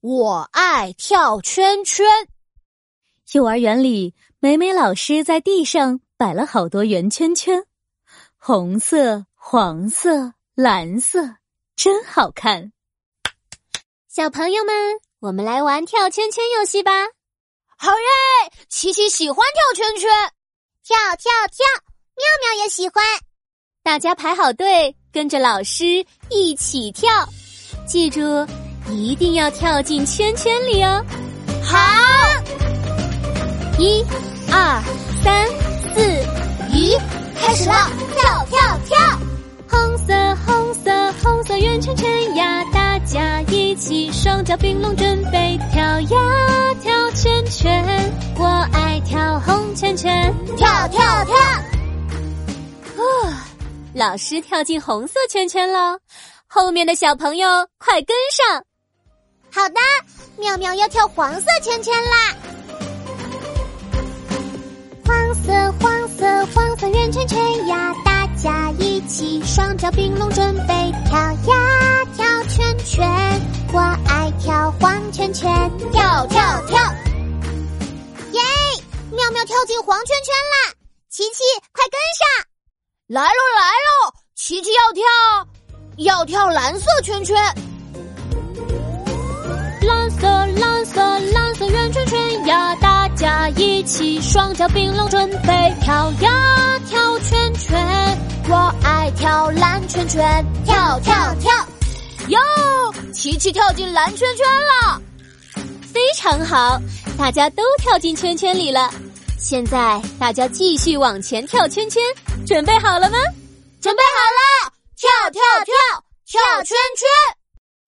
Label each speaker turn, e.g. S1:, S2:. S1: 我爱跳圈圈。
S2: 幼儿园里，美美老师在地上摆了好多圆圈圈，红色、黄色、蓝色，真好看。
S3: 小朋友们，我们来玩跳圈圈游戏吧！
S1: 好耶！琪琪喜欢跳圈圈，
S4: 跳跳跳，妙妙也喜欢。
S3: 大家排好队，跟着老师一起跳，记住一定要跳进圈圈里哦。
S1: 好，
S3: 一、二、三、四，
S4: 咦，开始了！跳跳跳，
S3: 红色红色红色圆圈圈呀，大家一起双脚并拢，准备跳呀跳圈圈。我爱跳红圈圈，
S4: 跳跳跳。
S3: 啊！老师跳进红色圈圈了，后面的小朋友快跟上。
S4: 好的，妙妙要跳黄色圈圈啦！
S3: 黄色黄色黄色圆圈圈呀，大家一起双脚并拢，准备跳呀跳圈圈。我爱跳黄圈圈，
S4: 跳跳跳！耶！妙妙跳进黄圈圈啦！琪琪，快跟上！
S1: 来喽来喽，琪琪要跳，要跳蓝色圈圈，
S3: 蓝色蓝色蓝色圆圈圈呀，大家一起双脚并拢，准备跳呀跳圈圈。我爱跳蓝圈圈，
S4: 跳跳跳！
S1: 哟，琪琪跳进蓝圈圈了，
S3: 非常好，大家都跳进圈圈里了。现在大家继续往前跳圈圈，准备好了吗？
S1: 准备好了，
S4: 跳跳跳，跳圈圈。